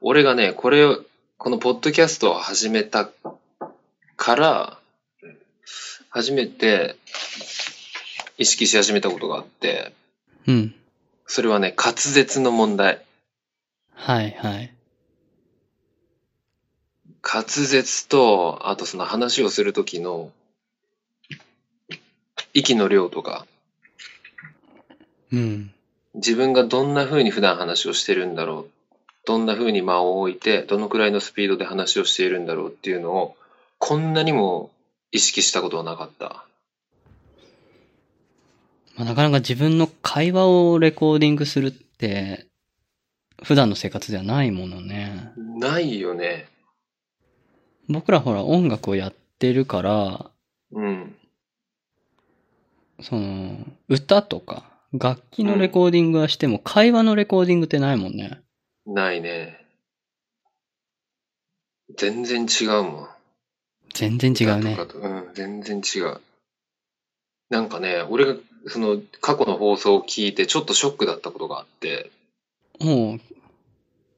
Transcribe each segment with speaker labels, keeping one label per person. Speaker 1: 俺がね、これを、このポッドキャストを始めたから、初めて意識し始めたことがあって、
Speaker 2: うん。
Speaker 1: それはね、滑舌の問題。
Speaker 2: はいはい。
Speaker 1: 滑舌と、あとその話をするときの、息の量とか、
Speaker 2: うん。
Speaker 1: 自分がどんな風に普段話をしてるんだろう、どんな風に間を置いて、どのくらいのスピードで話をしているんだろうっていうのを、こんなにも意識したことはなかった。
Speaker 2: まあ、なかなか自分の会話をレコーディングするって、普段の生活ではないものね。
Speaker 1: ないよね。
Speaker 2: 僕らほら音楽をやってるから、
Speaker 1: うん。
Speaker 2: その、歌とか、楽器のレコーディングはしても、会話のレコーディングってないもんね。
Speaker 1: ないね。全然違うもん。
Speaker 2: 全然違うね
Speaker 1: なん。かうん、全然違う。なんかね、俺が、その、過去の放送を聞いて、ちょっとショックだったことがあって、
Speaker 2: もう、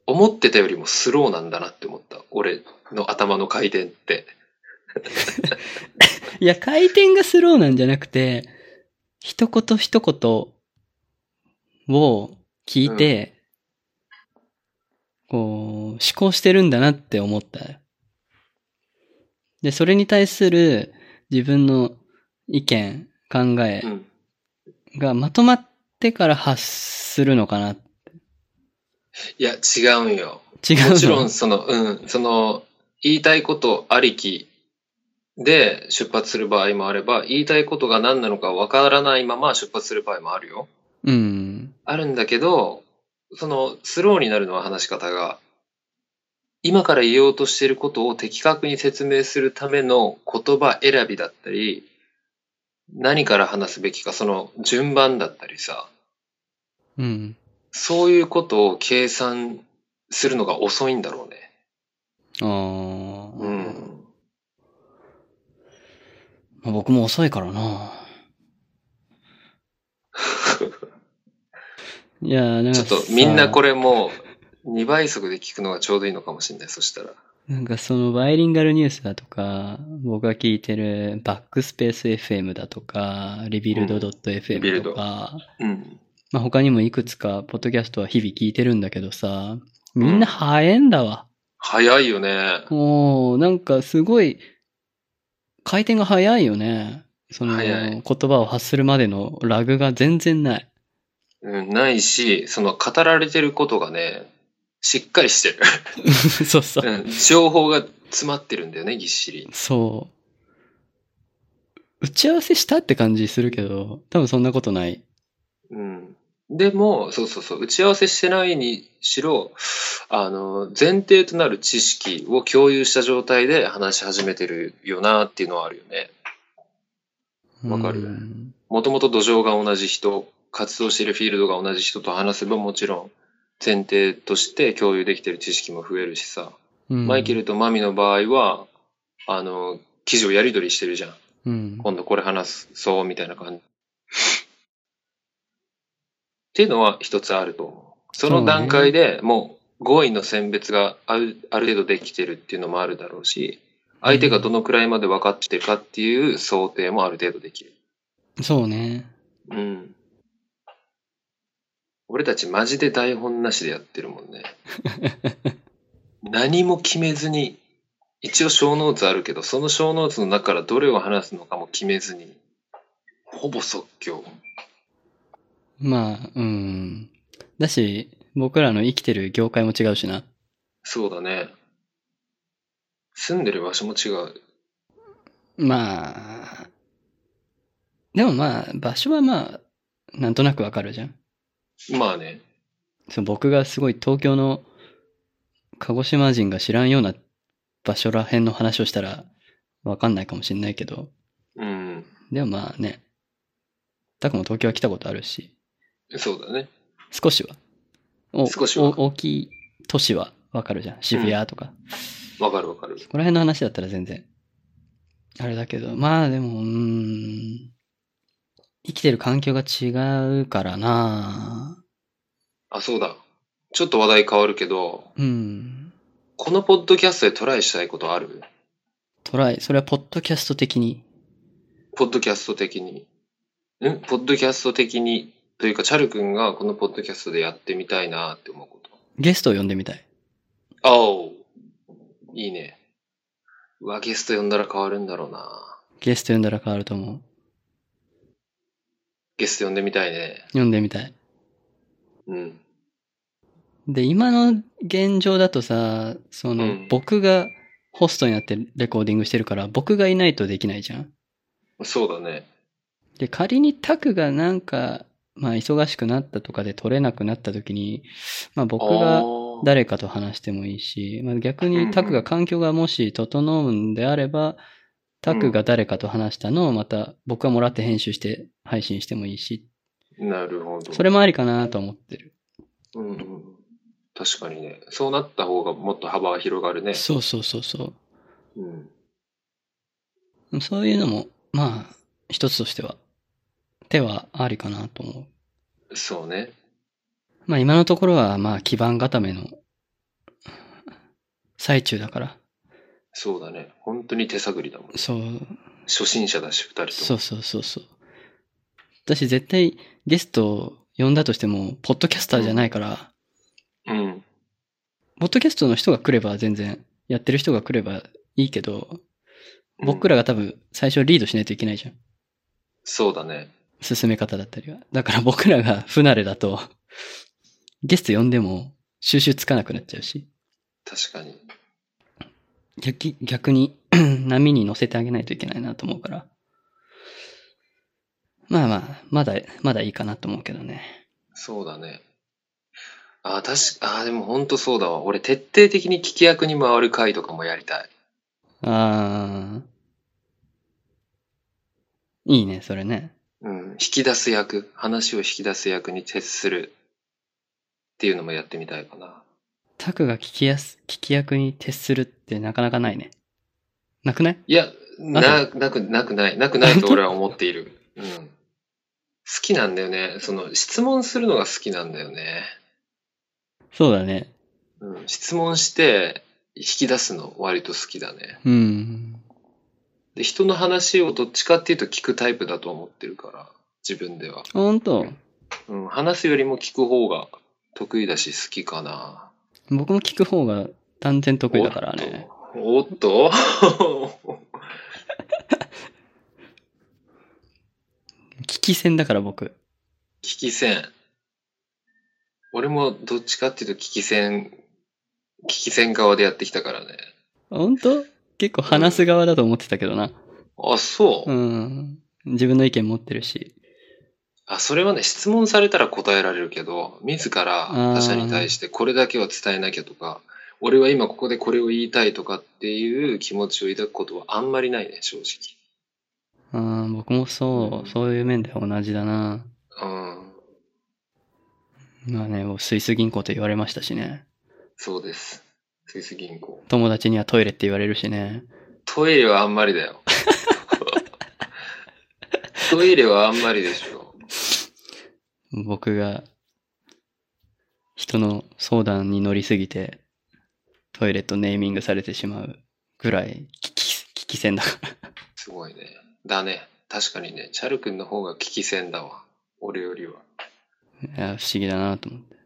Speaker 1: 思ってたよりもスローなんだなって思った。俺の頭の回転って。
Speaker 2: いや、回転がスローなんじゃなくて、一言一言を聞いて、こう、思考してるんだなって思ったよ。で、それに対する自分の意見、考え
Speaker 1: うん。
Speaker 2: がまとまってから発するのかな。
Speaker 1: いや、違うんよ。
Speaker 2: 違うの
Speaker 1: もちろん、その、うん、その、言いたいことありきで出発する場合もあれば、言いたいことが何なのかわからないまま出発する場合もあるよ。
Speaker 2: うん。
Speaker 1: あるんだけど、その、スローになるのは話し方が、今から言おうとしていることを的確に説明するための言葉選びだったり、何から話すべきか、その順番だったりさ、
Speaker 2: うん。
Speaker 1: そういうことを計算するのが遅いんだろうね。
Speaker 2: あー
Speaker 1: うん。
Speaker 2: まあ僕も遅いから な。いやーなんか
Speaker 1: ちょっとみんなこれもう2倍速で聞くのがちょうどいいのかもしれない、そしたら。
Speaker 2: なんかそのバイリンガルニュースだとか、僕が聞いてるバックスペース FM だとか、リビルド
Speaker 1: リビ
Speaker 2: .fm
Speaker 1: ル
Speaker 2: と
Speaker 1: ド
Speaker 2: か、
Speaker 1: うん。
Speaker 2: まあ他にもいくつかポッドキャストは日々聞いてるんだけどさ、みんな早いんだわ。
Speaker 1: 早いよね。
Speaker 2: もうなんかすごい、回転が早いよね。その
Speaker 1: 早い
Speaker 2: 言葉を発するまでのラグが全然ない。
Speaker 1: うん、ないし、その語られてることがね、しっかりしてる。
Speaker 2: そうそう。
Speaker 1: うん情報が詰まってるんだよね、ぎっしり。
Speaker 2: そう。打ち合わせしたって感じするけど、多分そんなことない。
Speaker 1: うん。でも、そうそうそう、打ち合わせしてないにしろ、あの、前提となる知識を共有した状態で話し始めてるよなっていうのはあるよね。わかる
Speaker 2: うん
Speaker 1: もともと土壌が同じ人、活動してるフィールドが同じ人と話せばもちろん、前提として共有できてる知識も増えるしさ。
Speaker 2: うん
Speaker 1: マイケルとマミの場合は、あの、記事をやり取りしてるじゃん。
Speaker 2: うん。
Speaker 1: 今度これ話す、そう、みたいな感じ。っていうのは一つあると思う。その段階でもう語彙の選別があるある程度できてるっていうのもあるだろうし、相手がどのくらいまで分かってるかっていう想定もある程度できる。
Speaker 2: そうね。
Speaker 1: うん。俺たちマジで台本なしでやってるもんね。何も決めずに、一応小ノーツあるけど、その小ノーツの中からどれを話すのかも決めずに、ほぼ即興。
Speaker 2: まあ、うん。だし、僕らの生きてる業界も違うしな。
Speaker 1: そうだね。住んでる場所も違う。
Speaker 2: まあ、でもまあ、場所はまあ、なんとなくわかるじゃん。
Speaker 1: まあね。
Speaker 2: そう僕がすごい東京の鹿児島人が知らんような場所ら辺の話をしたらわかんないかもしれないけど、
Speaker 1: うん。
Speaker 2: でもまあね、タクも東京は来たことあるし、
Speaker 1: そうだね。
Speaker 2: 少しは。お
Speaker 1: 少しは
Speaker 2: お大きい都市はわかるじゃん。渋谷とか。
Speaker 1: わかるわかる。
Speaker 2: この辺の話だったら全然、あれだけど、まあでも、うーん、生きてる環境が違うからな
Speaker 1: あ、そうだ。ちょっと話題変わるけど、
Speaker 2: うん。
Speaker 1: このポッドキャストでトライしたいことある
Speaker 2: トライ。それはポッドキャスト的に。
Speaker 1: ポッドキャスト的に。んポッドキャスト的に。というか、チャル君がこのポッドキャストでやってみたいなって思うこと。
Speaker 2: ゲストを呼んでみたい。
Speaker 1: あおいいね。うわ、ゲスト呼んだら変わるんだろうな。
Speaker 2: ゲスト呼んだら変わると思う。
Speaker 1: ゲスト呼んでみたいね。
Speaker 2: 呼んでみたい。
Speaker 1: うん。
Speaker 2: で、今の現状だとさ、その、
Speaker 1: うん
Speaker 2: 僕がホストになってレコーディングしてるから、僕がいないとできないじゃん。
Speaker 1: そうだね。
Speaker 2: で、仮にタクがなんか、まあ忙しくなったとかで取れなくなった時に、まあ僕
Speaker 1: あ
Speaker 2: が
Speaker 1: ー
Speaker 2: 誰かと話してもいいし、まあ、逆
Speaker 1: うんうん
Speaker 2: にタクが環境がもし整うんであれば、タクが誰かと話したのをまた僕がもらって編集して配信してもいいし、
Speaker 1: なるほど。
Speaker 2: それもありかなと思ってる。
Speaker 1: うんうん。確かにね。そうなった方がもっと幅が広がるね。
Speaker 2: そうそうそうそ
Speaker 1: うん。
Speaker 2: う。そういうのも、まあ、一つとしては、手はありかなと思う。
Speaker 1: そうね。
Speaker 2: まあ今のところは、まあ基盤固めの最中だから。
Speaker 1: そうだね。本当に手探りだもん。
Speaker 2: そう、
Speaker 1: 初心者だし、二人とも。
Speaker 2: そうそうそうそう。私絶対ゲストを呼んだとしても、ポッドキャスターじゃないから、
Speaker 1: うん。
Speaker 2: ポッドキャストの人が来れば全然、やってる人が来ればいいけど、僕ら
Speaker 1: うん
Speaker 2: が多分最初リードしないといけないじゃん。
Speaker 1: そうだね。
Speaker 2: 進め方だったりは。だから僕らが不慣れだと、ゲスト呼んでも収集つかなくなっちゃうし、
Speaker 1: 確かに。
Speaker 2: 逆逆に 波に乗せてあげないといけないなと思うから。まあまあ、まだ、まだいいかなと思うけどね。
Speaker 1: そうだね。ああ、確か、ああ、でも本当そうだわ。俺、徹底的に聞き役に回る回とかもやりたい。
Speaker 2: ああ。いいね、それね。
Speaker 1: うん。引き出す役、話を引き出す役に徹するっていうのもやってみたいかな。
Speaker 2: タクが聞きやす、聞き役に徹するってなかなかないね。なくない
Speaker 1: いや、な、なく、なくない。なくないと俺は思っている。うん。好きなんだよね。その、質問するのが好きなんだよね。
Speaker 2: そうだね。
Speaker 1: うん。質問して、引き出すの割と好きだね。
Speaker 2: うん。
Speaker 1: で、人の話をどっちかっていうと聞くタイプだと思ってるから、自分では。
Speaker 2: ほんと。
Speaker 1: うん、話すよりも聞く方が得意だし好きかな。
Speaker 2: 僕も聞く方が断然得意だからね。
Speaker 1: おっと。 おっと
Speaker 2: 聞き戦だから僕。
Speaker 1: 聞き戦。俺もどっちかっていうと聞き戦、聞き戦側でやってきたからね。
Speaker 2: ほんと結構話す側だと思ってたけどな。
Speaker 1: あ、そう。
Speaker 2: うん。自分の意見持ってるし。
Speaker 1: あ、それはね、質問されたら答えられるけど、自ら他者に対してこれだけは伝えなきゃとか、俺は今ここでこれを言いたいとかっていう気持ちを抱くことはあんまりないね、正直。
Speaker 2: うん、僕もそう、そういう面では同じだな。
Speaker 1: うん、
Speaker 2: まあね、僕スイス銀行と言われましたしね。
Speaker 1: そうです。スイス銀行。
Speaker 2: 友達にはトイレって言われるしね。
Speaker 1: トイレはあんまりだ よ。トイレはあんまりでしょ。
Speaker 2: 僕が、人の相談に乗りすぎて、トイレとネーミングされてしまうぐらい、危機、危機戦だから。
Speaker 1: すごいね。だね。確かにね、チャル君の方が危機戦だわ。俺よりは。
Speaker 2: いや、不思議だなと思って。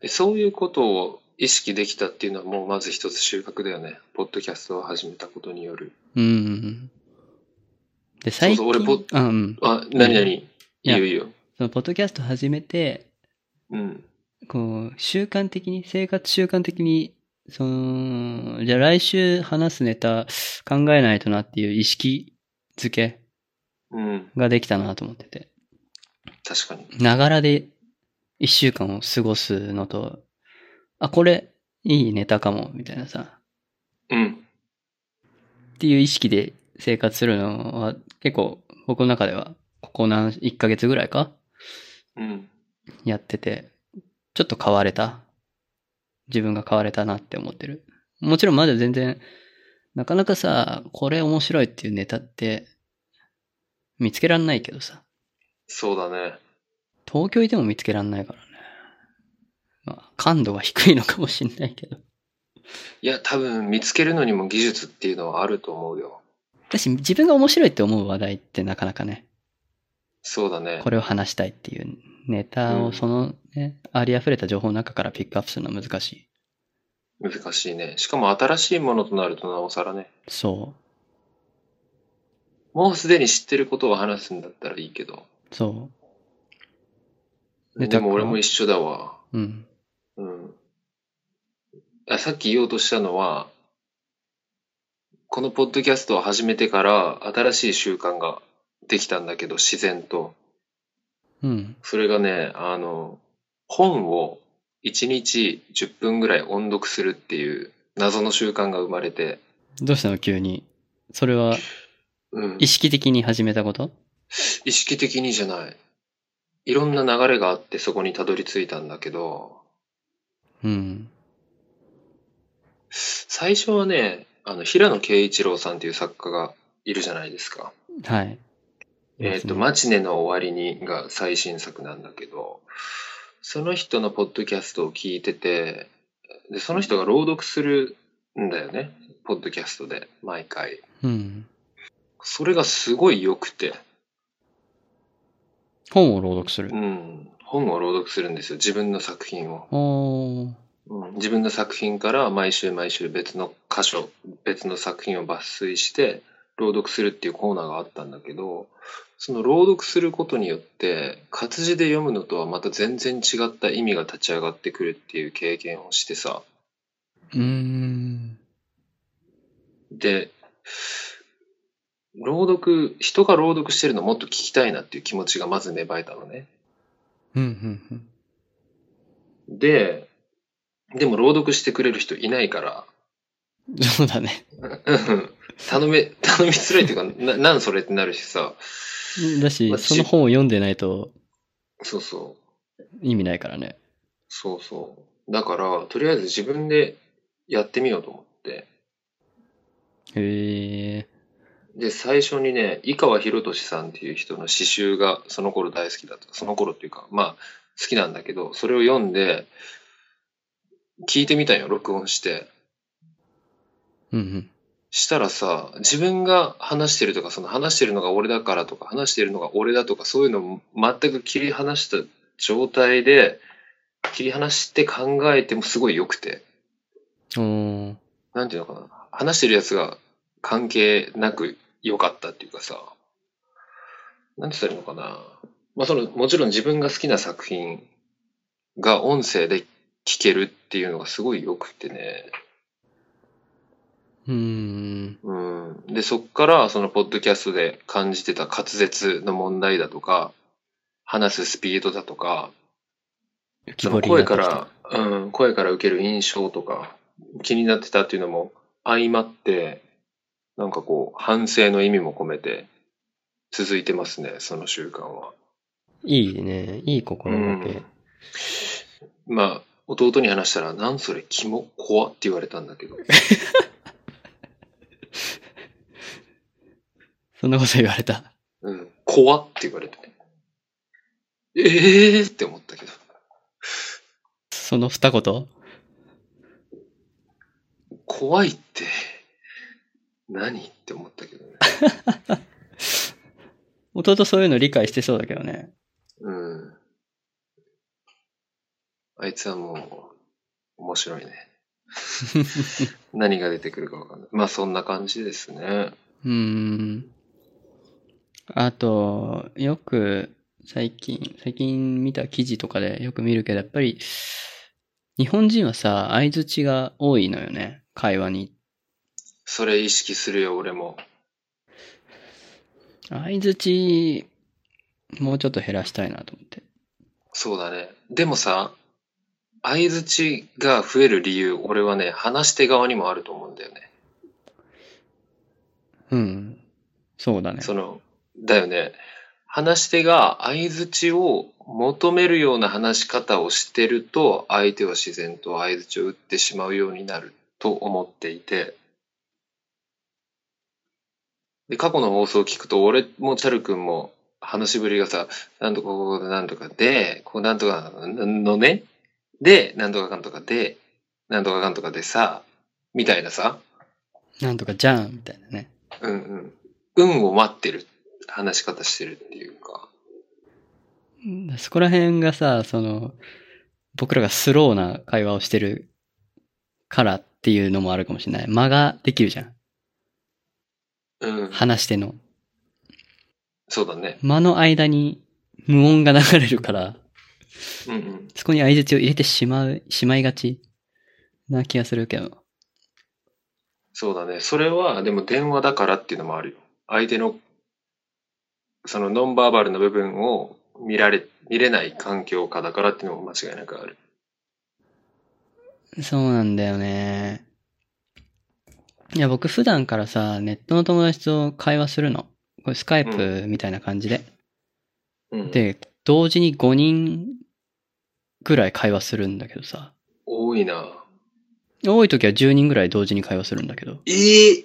Speaker 1: でそういうことを意識できたっていうのはもうまず一つ収穫だよね。ポッドキャストを始めたことによる。
Speaker 2: うん。で、最近、
Speaker 1: そう俺ポ
Speaker 2: あうん。
Speaker 1: あ、なになにいい
Speaker 2: や
Speaker 1: よいいよ。
Speaker 2: その、ポッドキャスト始めて、
Speaker 1: うん。
Speaker 2: こう、習慣的に、生活習慣的に、その、じゃあ来週話すネタ考えないとなっていう意識づけ
Speaker 1: うん。
Speaker 2: ができたなと思ってて。
Speaker 1: 確かに。
Speaker 2: ながらで一週間を過ごすのと、あ、これいいネタかも、みたいなさ、
Speaker 1: うん。
Speaker 2: っていう意識で生活するのは結構僕の中ではここ何、1ヶ月ぐらいか
Speaker 1: うん。
Speaker 2: やってて、ちょっと変われた。自分が変われたなって思ってる。もちろんまだ全然、なかなかさ、これ面白いっていうネタって見つけらんないけどさ、
Speaker 1: そうだね。
Speaker 2: 東京いても見つけらんないからね。まあ、感度は低いのかもしんないけど。
Speaker 1: いいや、多分見つけるのにも技術っていうのはあると思うよ。
Speaker 2: だし、自分が面白いって思う話題ってなかなかね、
Speaker 1: そうだね
Speaker 2: こ。れを話したいっていうネタ
Speaker 1: う
Speaker 2: を
Speaker 1: ん
Speaker 2: そのね、あり溢れた情報の中からピックアップするのは難しい。
Speaker 1: 難しいね。しかも新しいものとなるとなおさらね。
Speaker 2: そ
Speaker 1: もうすでに知ってることを話すんだったらいいけど。
Speaker 2: う。そで
Speaker 1: でも
Speaker 2: 拓
Speaker 1: 俺
Speaker 2: 郎
Speaker 1: も一緒だわ。
Speaker 2: う。うん。
Speaker 1: うん。あさっき言おうとしたのは、このポッドキャストを始めてから新しい習慣ができたんだけど、自然と。
Speaker 2: うん。
Speaker 1: それがね、あの、本を1日10分ぐらい音読するっていう謎の習慣が生まれて、
Speaker 2: どうしたの急に。それは
Speaker 1: うん
Speaker 2: 意識的に始めたこと
Speaker 1: 意識的にじゃない。いろんな流れがあってそこにたどり着いたんだけど、
Speaker 2: うん。
Speaker 1: 最初はね、あの、平野啓一郎さんっていう作家がいるじゃないですか。
Speaker 2: はい。
Speaker 1: えっ、と、
Speaker 2: ま
Speaker 1: マチネの終わりにが最新作なんだけど、その人のポッドキャストを聞いてて、で、その人が朗読するんだよね。ポッドキャストで、毎回。
Speaker 2: うん。
Speaker 1: それがすごい良くて、
Speaker 2: 本を朗読する
Speaker 1: う。ん、本を朗読するんですよ。自分の作品を。
Speaker 2: おー。
Speaker 1: うん自分の作品から毎週毎週別の箇所別の作品を抜粋して朗読するっていうコーナーがあったんだけどその朗読することによって活字で読むのとはまた全然違った意味が立ち上がってくるっていう経験をしてさ
Speaker 2: うーん。
Speaker 1: で朗読人が朗読してるのもっと聞きたいなっていう気持ちがまず芽生えたのね。
Speaker 2: うん、うん、うん。
Speaker 1: ででも朗読してくれる人いないから
Speaker 2: そうだね。
Speaker 1: うん頼め、 頼みづらいっていうか、な、なんそれってなるしさ。
Speaker 2: だし、
Speaker 1: 私
Speaker 2: その本を読んでないと
Speaker 1: そうそう。
Speaker 2: 意味ないからね。
Speaker 1: そうそう。だから、とりあえず自分でやってみようと思って。
Speaker 2: へえ。
Speaker 1: で、最初にね、井川博俊さんっていう人の詩集がその頃大好きだった。その頃っていうか、まあ、好きなんだけど、それを読んで、聞いてみたんよ、録音して。
Speaker 2: うん、うん。
Speaker 1: したらさ、自分が話してるとか、その話してるのが俺だからとか、話してるのが俺だとか、そういうのを全く切り離した状態で、切り離して考えてもすごい良くて、
Speaker 2: おー。
Speaker 1: なんていうのかな、話してるやつが関係なく良かったっていうかさ、なんて言ったらいいのかな、まあその、もちろん自分が好きな作品が音声で聞けるっていうのがすごい良くてね、
Speaker 2: うーん。
Speaker 1: うん、でそこからそのポッドキャストで感じてた滑舌の問題だとか話すスピードだとか
Speaker 2: 浮き
Speaker 1: そ
Speaker 2: 彫
Speaker 1: の
Speaker 2: り
Speaker 1: 声
Speaker 2: になって
Speaker 1: か
Speaker 2: きた
Speaker 1: ら、うん、声から受ける印象とか気になってたっていうのも相まってなんかこう反省の意味も込めて続いてますねその習慣は。
Speaker 2: いいね。いい心がけ。
Speaker 1: うん、まあ弟に話したら「なんそれキモ怖っ」って言われたんだけど
Speaker 2: そんなこと言われた。
Speaker 1: うん、怖って言われて。ええー、って思ったけど。
Speaker 2: その二言
Speaker 1: 怖いって、何って思ったけどね。
Speaker 2: 弟そういうの理解してそうだけどね。
Speaker 1: うん。あいつはもう、面白いね。何が出てくるかわかんない。まあそんな感じですね。
Speaker 2: うーん。あと、よく最近、最近見た記事とかでよく見るけど、やっぱり、日本人はさ、相づちが多いのよね。会話に。
Speaker 1: それ意識するよ、俺も。
Speaker 2: 相づち、もうちょっと減らしたいなと思って。
Speaker 1: そうだね。でもさ、相づちが増える理由、俺はね、話し手側にもあると思うんだよね。
Speaker 2: うん。そうだね。
Speaker 1: その、だよね。話し手が相づちを求めるような話し方をしてると、相手は自然と相づちを打ってしまうようになると思っていて、で、過去の放送を聞くと、俺もチャル君も話しぶりがさ、なんとかこうでなんとかで、こうなんとかのね、で、なんとかかんとかで、なんとかかんとかでさ、みたいなさ。
Speaker 2: なんとかじゃんみたいなね。
Speaker 1: うんうん。運を待ってる話し方してるっていうか。
Speaker 2: うんそこら辺がさ、その、僕らがスローな会話をしてるからっていうのもあるかもしれない。間ができるじゃん。
Speaker 1: うん。
Speaker 2: 話しての。
Speaker 1: そうだね。
Speaker 2: 間の間に無音が流れるから、
Speaker 1: うんうん。
Speaker 2: そこに相槌を入れてしまう、しまいがちな気がするけど。
Speaker 1: そうだね。それは、でも電話だからっていうのもあるよ。相手の、そのノンバーバルの部分を見られ、見れない環境下だからっていうのも間違いなくある。
Speaker 2: そうなんだよね。いや、僕普段からさ、ネットの友達と会話するの。これスカイプみたいな感じで。
Speaker 1: うん。
Speaker 2: で、同時に5人ぐらい会話するんだけどさ。
Speaker 1: 多いな。
Speaker 2: 多い時は10人ぐらい同時に会話するんだけど。
Speaker 1: えー、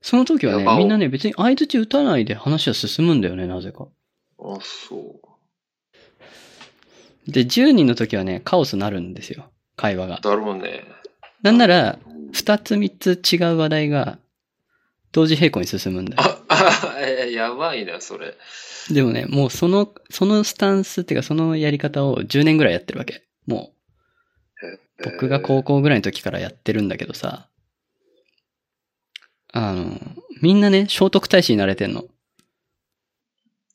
Speaker 2: その時はね
Speaker 1: やば、お
Speaker 2: みんなね、別に相槌打たないで話は進むんだよね、なぜか。
Speaker 1: あ、そう。
Speaker 2: で、10人の時はね、カオスになるんですよ。会話が。
Speaker 1: だろうね。
Speaker 2: なんなら、2つ3つ違う話題が、同時並行に進むんだよ。
Speaker 1: あ、あ、えやばいな、それ。
Speaker 2: でもね、もうその、そのスタンスっていうか、そのやり方を10年ぐらいやってるわけ。もう、僕が高校ぐらいの時からやってるんだけどさ。あの、みんなね、聖徳太子になれてんの。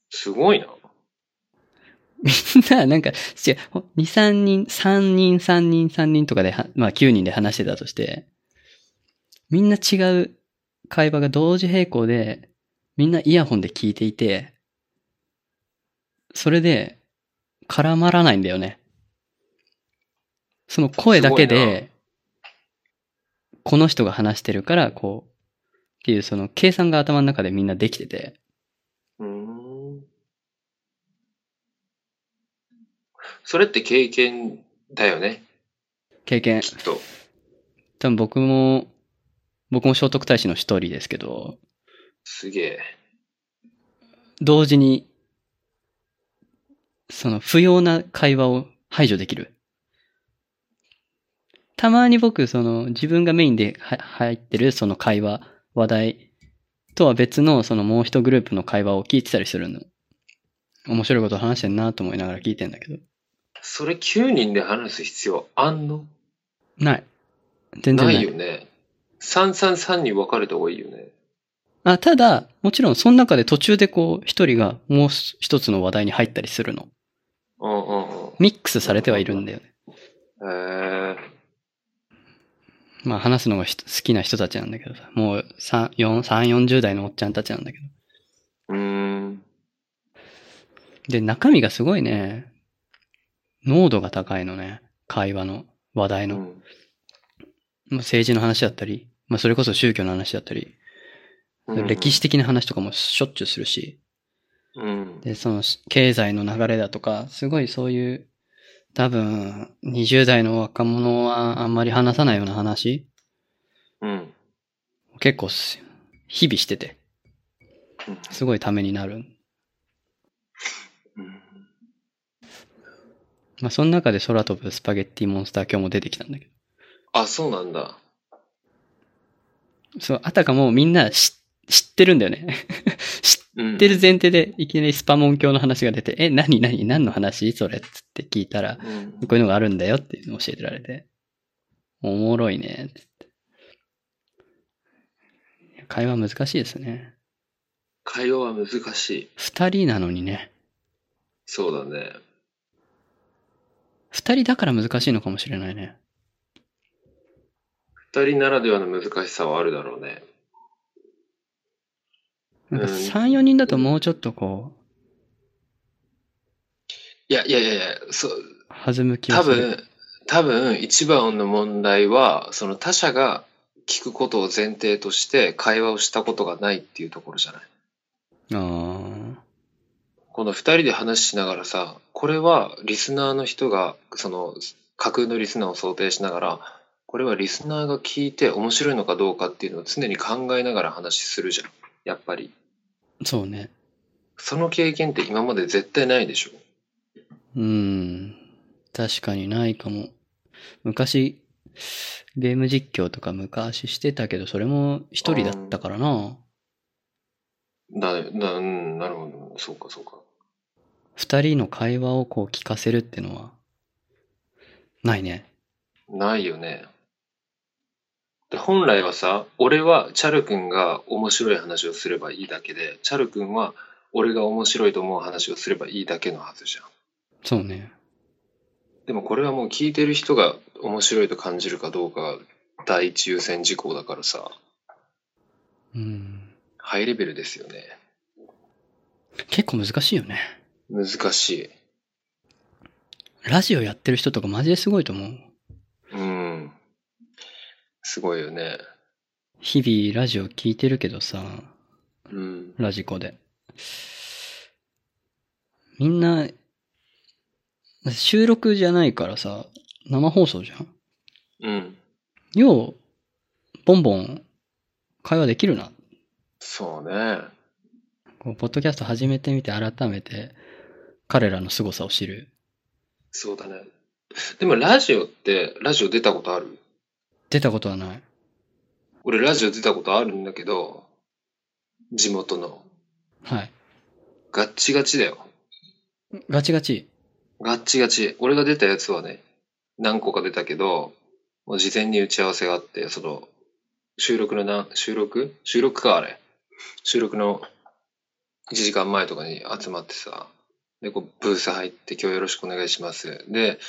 Speaker 1: すごいな。
Speaker 2: みん な、なんか、違う、ほ2、3人、3人、3人、3人とかでは、まあ9人で話してたとして、みんな違う会話が同時並行で、みんなイヤホンで聞いていて、それで、絡まらないんだよね。その声だけ
Speaker 1: すごいな
Speaker 2: で、この人が話してるから、こう、っていうその計算が頭の中でみんなできてて、
Speaker 1: うーん。それって経験だよね、
Speaker 2: 経験。
Speaker 1: きっと。
Speaker 2: 多分僕も、僕も聖徳太子の一人ですけど、
Speaker 1: すげえ。
Speaker 2: 同時に、その不要な会話を排除できる。たまに僕、その自分がメインでは入ってるその会話、話題とは別のそのもう一グループの会話を聞いてたりするの。面白いこと話してんなと思いながら聞いてんだけど。
Speaker 1: それ9人で話す必要あんの
Speaker 2: ない。全然
Speaker 1: な
Speaker 2: ない。
Speaker 1: いよね。333に分かれた方がいいよね。
Speaker 2: あ、ただ、もちろんその中で途中でこう、一人がもう一つの話題に入ったりするの。
Speaker 1: うんうんうん。
Speaker 2: ミックスされてはいるんだよね。
Speaker 1: えー、
Speaker 2: まあ話すのがひ好きな人たちなんだけどさ。もう3、4、3、40代のおっちゃんたちなんだけど。
Speaker 1: うーん。
Speaker 2: で、中身がすごいね、濃度が高いのね。会話の、話題
Speaker 1: う
Speaker 2: の。
Speaker 1: ん
Speaker 2: まあ政治の話だったり、まあそれこそ宗教の話だったり、
Speaker 1: うん
Speaker 2: 歴史的な話とかもしょっちゅうするし、
Speaker 1: うん。
Speaker 2: で、そのし経済の流れだとか、すごいそういう、多分、20代の若者はあんまり話さないような話、
Speaker 1: うん。
Speaker 2: 結構す、日々してて、
Speaker 1: うん
Speaker 2: すごいためになる。
Speaker 1: うん
Speaker 2: まあ、その中で空飛ぶスパゲッティモンスター今日も出てきたんだけ
Speaker 1: あ、そうなんだ。
Speaker 2: ど。そう、あたかもみんな知知ってるんだよね。知
Speaker 1: うん。
Speaker 2: ってる前提でいきなりスパモン教の話が出て、え、何何何の話それっつって聞いたら、こ
Speaker 1: うん
Speaker 2: ういうのがあるんだよっていうのを教えてられて。おもろいね。つっていや会話難しいですね。
Speaker 1: 会話は難しい。
Speaker 2: 二人なのにね。
Speaker 1: そうだね。
Speaker 2: 二人だから難しいのかもしれないね。
Speaker 1: 二人ならではの難しさはあるだろうね。
Speaker 2: なんか
Speaker 1: うん
Speaker 2: 三、四人だともうちょっとこ
Speaker 1: いやいやいやいや、そう、
Speaker 2: う、弾む気が
Speaker 1: 多
Speaker 2: する。
Speaker 1: 分、多分一番の問題は、その他者が聞くことを前提として会話をしたことがないっていうところじゃない。
Speaker 2: あ
Speaker 1: この二人で話しながらさ、これはリスナーの人が、その架空のリスナーを想定しながら、これはリスナーが聞いて面白いのかどうかっていうのを常に考えながら話するじゃん。やっぱり。
Speaker 2: あ、そうね。
Speaker 1: その経験って今まで絶対ないでしょ。
Speaker 2: うん。確かにないかも。昔、ゲーム実況とか昔してたけど、それも一人だったからな。
Speaker 1: だ、だ、うん、なるほど。そうか、そうか。
Speaker 2: 二人の会話をこう聞かせるってのは、ないね。
Speaker 1: ないよね。で本来はさ、俺はチャル君が面白い話をすればいいだけで、チャル君は俺が面白いと思う話をすればいいだけのはずじゃん。
Speaker 2: そうね。
Speaker 1: でもこれはもう聞いてる人が面白いと感じるかどうかが第一優先事項だからさ、
Speaker 2: うん。
Speaker 1: ハイレベルですよね。
Speaker 2: 結構難しいよね。
Speaker 1: 難しい。
Speaker 2: ラジオやってる人とかマジですごいと思う。
Speaker 1: うん。すごいよね。
Speaker 2: 日々ラジオ聞いてるけどさ、
Speaker 1: うん。
Speaker 2: ラジコで。みんな、収録じゃないからさ、生放送じゃん。
Speaker 1: うん。
Speaker 2: よう、ボンボン、会話できるな。
Speaker 1: そうね。
Speaker 2: こうポッドキャスト始めてみて改めて、彼らの凄さを知る。
Speaker 1: そうだね。でもラジオって、ラジオ出たことある
Speaker 2: 出たことはない。
Speaker 1: 俺ラジオ出たことあるんだけど、地元の。
Speaker 2: はい。
Speaker 1: ガッチガチだよ。
Speaker 2: ガチガチ。
Speaker 1: ガッチガチ。俺が出たやつはね、何個か出たけど、もう事前に打ち合わせがあって、その、収録のな、収録収録か、あれ。収録の1時間前とかに集まってさ、で、こう、ブース入って、今日よろしくお願いします。で、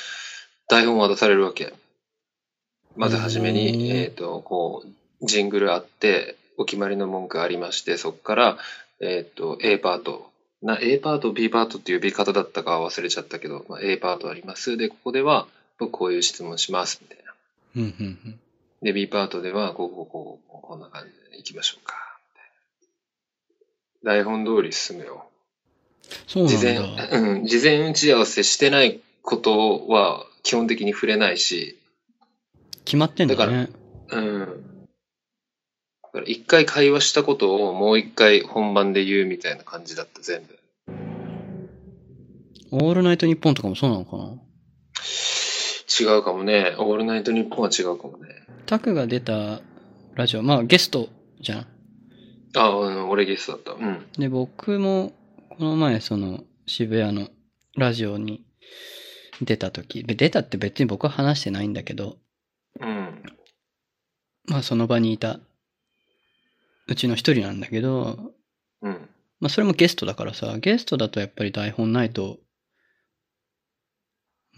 Speaker 1: 台本渡されるわけ。まずはじめに、
Speaker 2: へー
Speaker 1: えっ、と、こう、ジングルあって、お決まりの文句ありまして、そこから、えっ、と、A パート。な、A パート、B パートっていう呼び方だったかは忘れちゃったけど、まあ、A パートあります。で、ここでは、僕こういう質問します、みたいな。
Speaker 2: うんうんうん。
Speaker 1: で、B パートでは、こう、こう、こう、こうこんな感じで行きましょうか。みたいな台本通り進むよ。
Speaker 2: そう
Speaker 1: 事前、
Speaker 2: なんだ。
Speaker 1: うん、事前打ち合わせしてないことは基本的に触れないし、
Speaker 2: 決まってんだ
Speaker 1: だか
Speaker 2: ね。
Speaker 1: うん。だから一回会話したことをもう一回本番で言うみたいな感じだった、全部。
Speaker 2: オールナイトニッポンとかもそうなのかな
Speaker 1: 違うかもね。オールナイトニッポンは違うかもね。
Speaker 2: タクが出たラジオ、まあゲストじゃん。
Speaker 1: あ、うん、俺ゲストだった。うん。
Speaker 2: で、僕も、この前、その、渋谷のラジオに出た時で出たって別に僕は話してないんだけど、
Speaker 1: うん。
Speaker 2: まあその場にいた、うちの一人なんだけど、
Speaker 1: うん。
Speaker 2: まあそれもゲストだからさ、ゲストだとやっぱり台本ないと、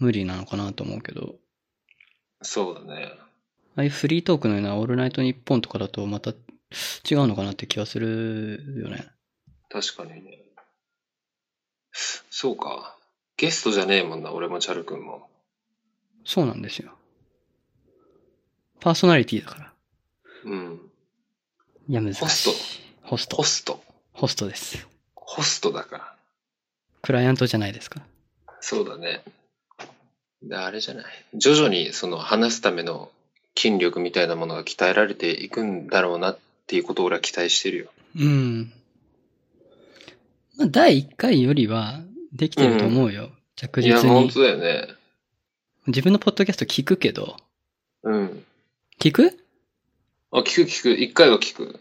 Speaker 2: 無理なのかなと思うけど、
Speaker 1: そうだね。
Speaker 2: ああいうフリートークのようなオールナイトニッポンとかだとまた違うのかなって気はするよね。
Speaker 1: 確かにね。そうか。ゲストじゃねえもんな、俺もチャル君も。
Speaker 2: そうなんですよ。パーソナリティだから。
Speaker 1: うん。
Speaker 2: いや、難しい。ホスト。
Speaker 1: ホスト。
Speaker 2: ホストです。
Speaker 1: ホストだから。
Speaker 2: クライアントじゃないですか。
Speaker 1: そうだね。であれじゃない。徐々にその話すための筋力みたいなものが鍛えられていくんだろうなっていうことを俺は期待してるよ。
Speaker 2: うん。まあ、第1回よりは、できてると思うよ。着
Speaker 1: いや、
Speaker 2: 実
Speaker 1: 本
Speaker 2: に。
Speaker 1: 当だよね。
Speaker 2: 自分のポッドキャスト聞くけど、
Speaker 1: うん。
Speaker 2: 聞く
Speaker 1: あ、聞く聞く。一回は聞く。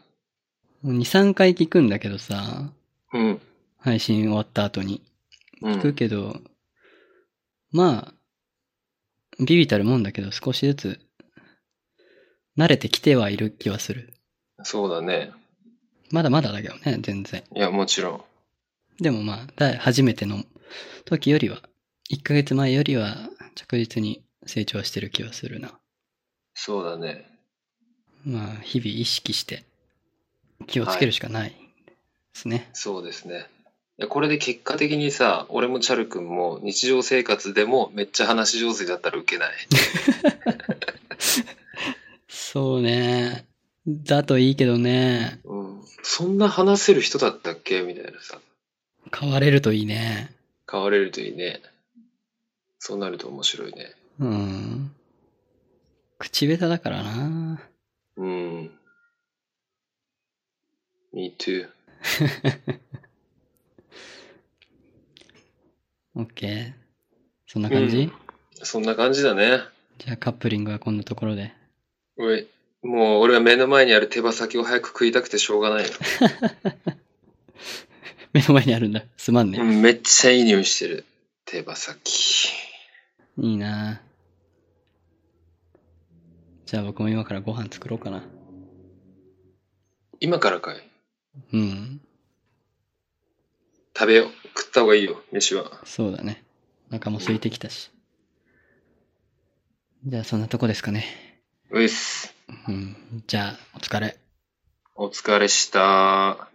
Speaker 2: もう ?2、3回聞くんだけどさ、
Speaker 1: うん。
Speaker 2: 配信終わった後に。
Speaker 1: う
Speaker 2: 聞く
Speaker 1: ん。
Speaker 2: けど、まあ、ビビたるもんだけど、少しずつ、慣れてきてはいる気はする。
Speaker 1: そうだね。
Speaker 2: まだまだだけどね、全然。
Speaker 1: いや、もちろん。
Speaker 2: でもまあ、だ初めての時よりは、1ヶ月前よりは着実に成長してる気はするな。
Speaker 1: そうだね。
Speaker 2: まあ、日々意識して気をつけるしかないですね。
Speaker 1: そうですね。いやこれで結果的にさ、俺もチャル君も日常生活でもめっちゃ話し上手だったらウケない。
Speaker 2: そうね。だといいけどね。
Speaker 1: うん。そんな話せる人だったっけみたいなさ。
Speaker 2: 変われるといいね。
Speaker 1: 変われるといいね。そうなると面白いね。
Speaker 2: うん。口下手だからな。
Speaker 1: うん。me too.
Speaker 2: OK。そんな感じ、
Speaker 1: うんそんな感じだね。
Speaker 2: じゃあカップリングはこんなところで。
Speaker 1: おいもう俺は目の前にある手羽先を早く食いたくてしょうがないよ。
Speaker 2: 目の前にあるんだ。すまん
Speaker 1: う
Speaker 2: ね。
Speaker 1: ん、めっちゃいい匂いしてる。手羽先。
Speaker 2: いいなじゃあ僕も今からご飯作ろうかな。
Speaker 1: 今からかい。
Speaker 2: うん。
Speaker 1: 食べよう。食った方がいいよ、飯は。
Speaker 2: そうだね。お腹も空いてきたし。じゃあそんなとこですかね。
Speaker 1: ういっす。
Speaker 2: うん。じゃあお疲れ。
Speaker 1: お疲れした。